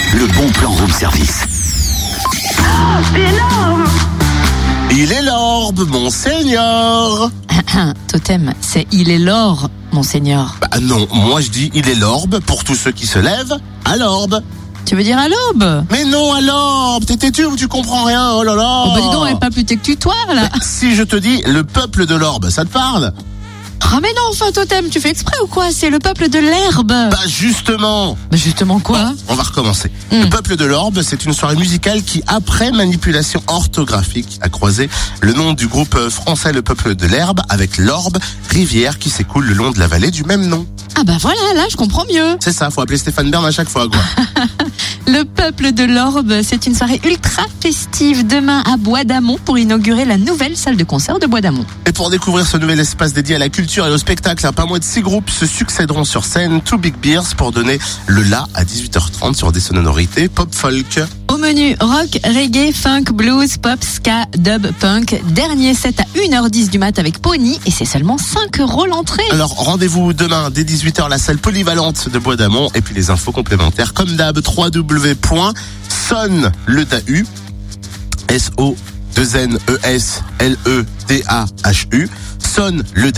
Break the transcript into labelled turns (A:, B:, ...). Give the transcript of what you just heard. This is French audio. A: le bon plan room service.
B: Oh, c'est énorme
A: Il est l'orbe, monseigneur
C: Totem, c'est il est l'or, monseigneur.
A: Bah non, moi je dis il est l'orbe pour tous ceux qui se lèvent à l'orbe.
C: Tu veux dire à l'aube
A: Mais non à l'orbe, t'es têtu ou tu comprends rien, oh là là
C: Oh bah dis donc, elle est pas plus tech que tutoir là
A: Si je te dis le peuple de l'orbe, ça te parle
C: Ah mais non, enfin Totem, tu fais exprès ou quoi C'est le peuple de l'herbe
A: Bah justement
C: Bah justement quoi
A: On va recommencer. Le Peuple de l'Orbe, c'est une soirée musicale qui, après manipulation orthographique, a croisé le nom du groupe français Le Peuple de l'Herbe avec l'Orbe, rivière qui s'écoule le long de la vallée du même nom.
C: Ah bah voilà, là je comprends mieux
A: C'est ça, faut appeler Stéphane Bern à chaque fois, quoi.
C: Le peuple de l'Orbe, c'est une soirée ultra festive demain à Bois d'Amont pour inaugurer la nouvelle salle de concert de Bois d'Amont.
A: Et pour découvrir ce nouvel espace dédié à la culture et au spectacle, un pas moins de six groupes se succéderont sur scène, tout Big Beers, pour donner le la à 18h30 sur des sonorités pop-folk.
C: Au menu rock, reggae, funk, blues, pop, ska, dub, punk. Dernier set à 1h10 du mat avec Pony et c'est seulement 5 euros l'entrée.
A: Alors rendez-vous demain dès 18h à la salle polyvalente de Bois d'Amont et puis les infos complémentaires comme d'hab www.sonledau le DAU S O 2 N E S L E D A H U sonne le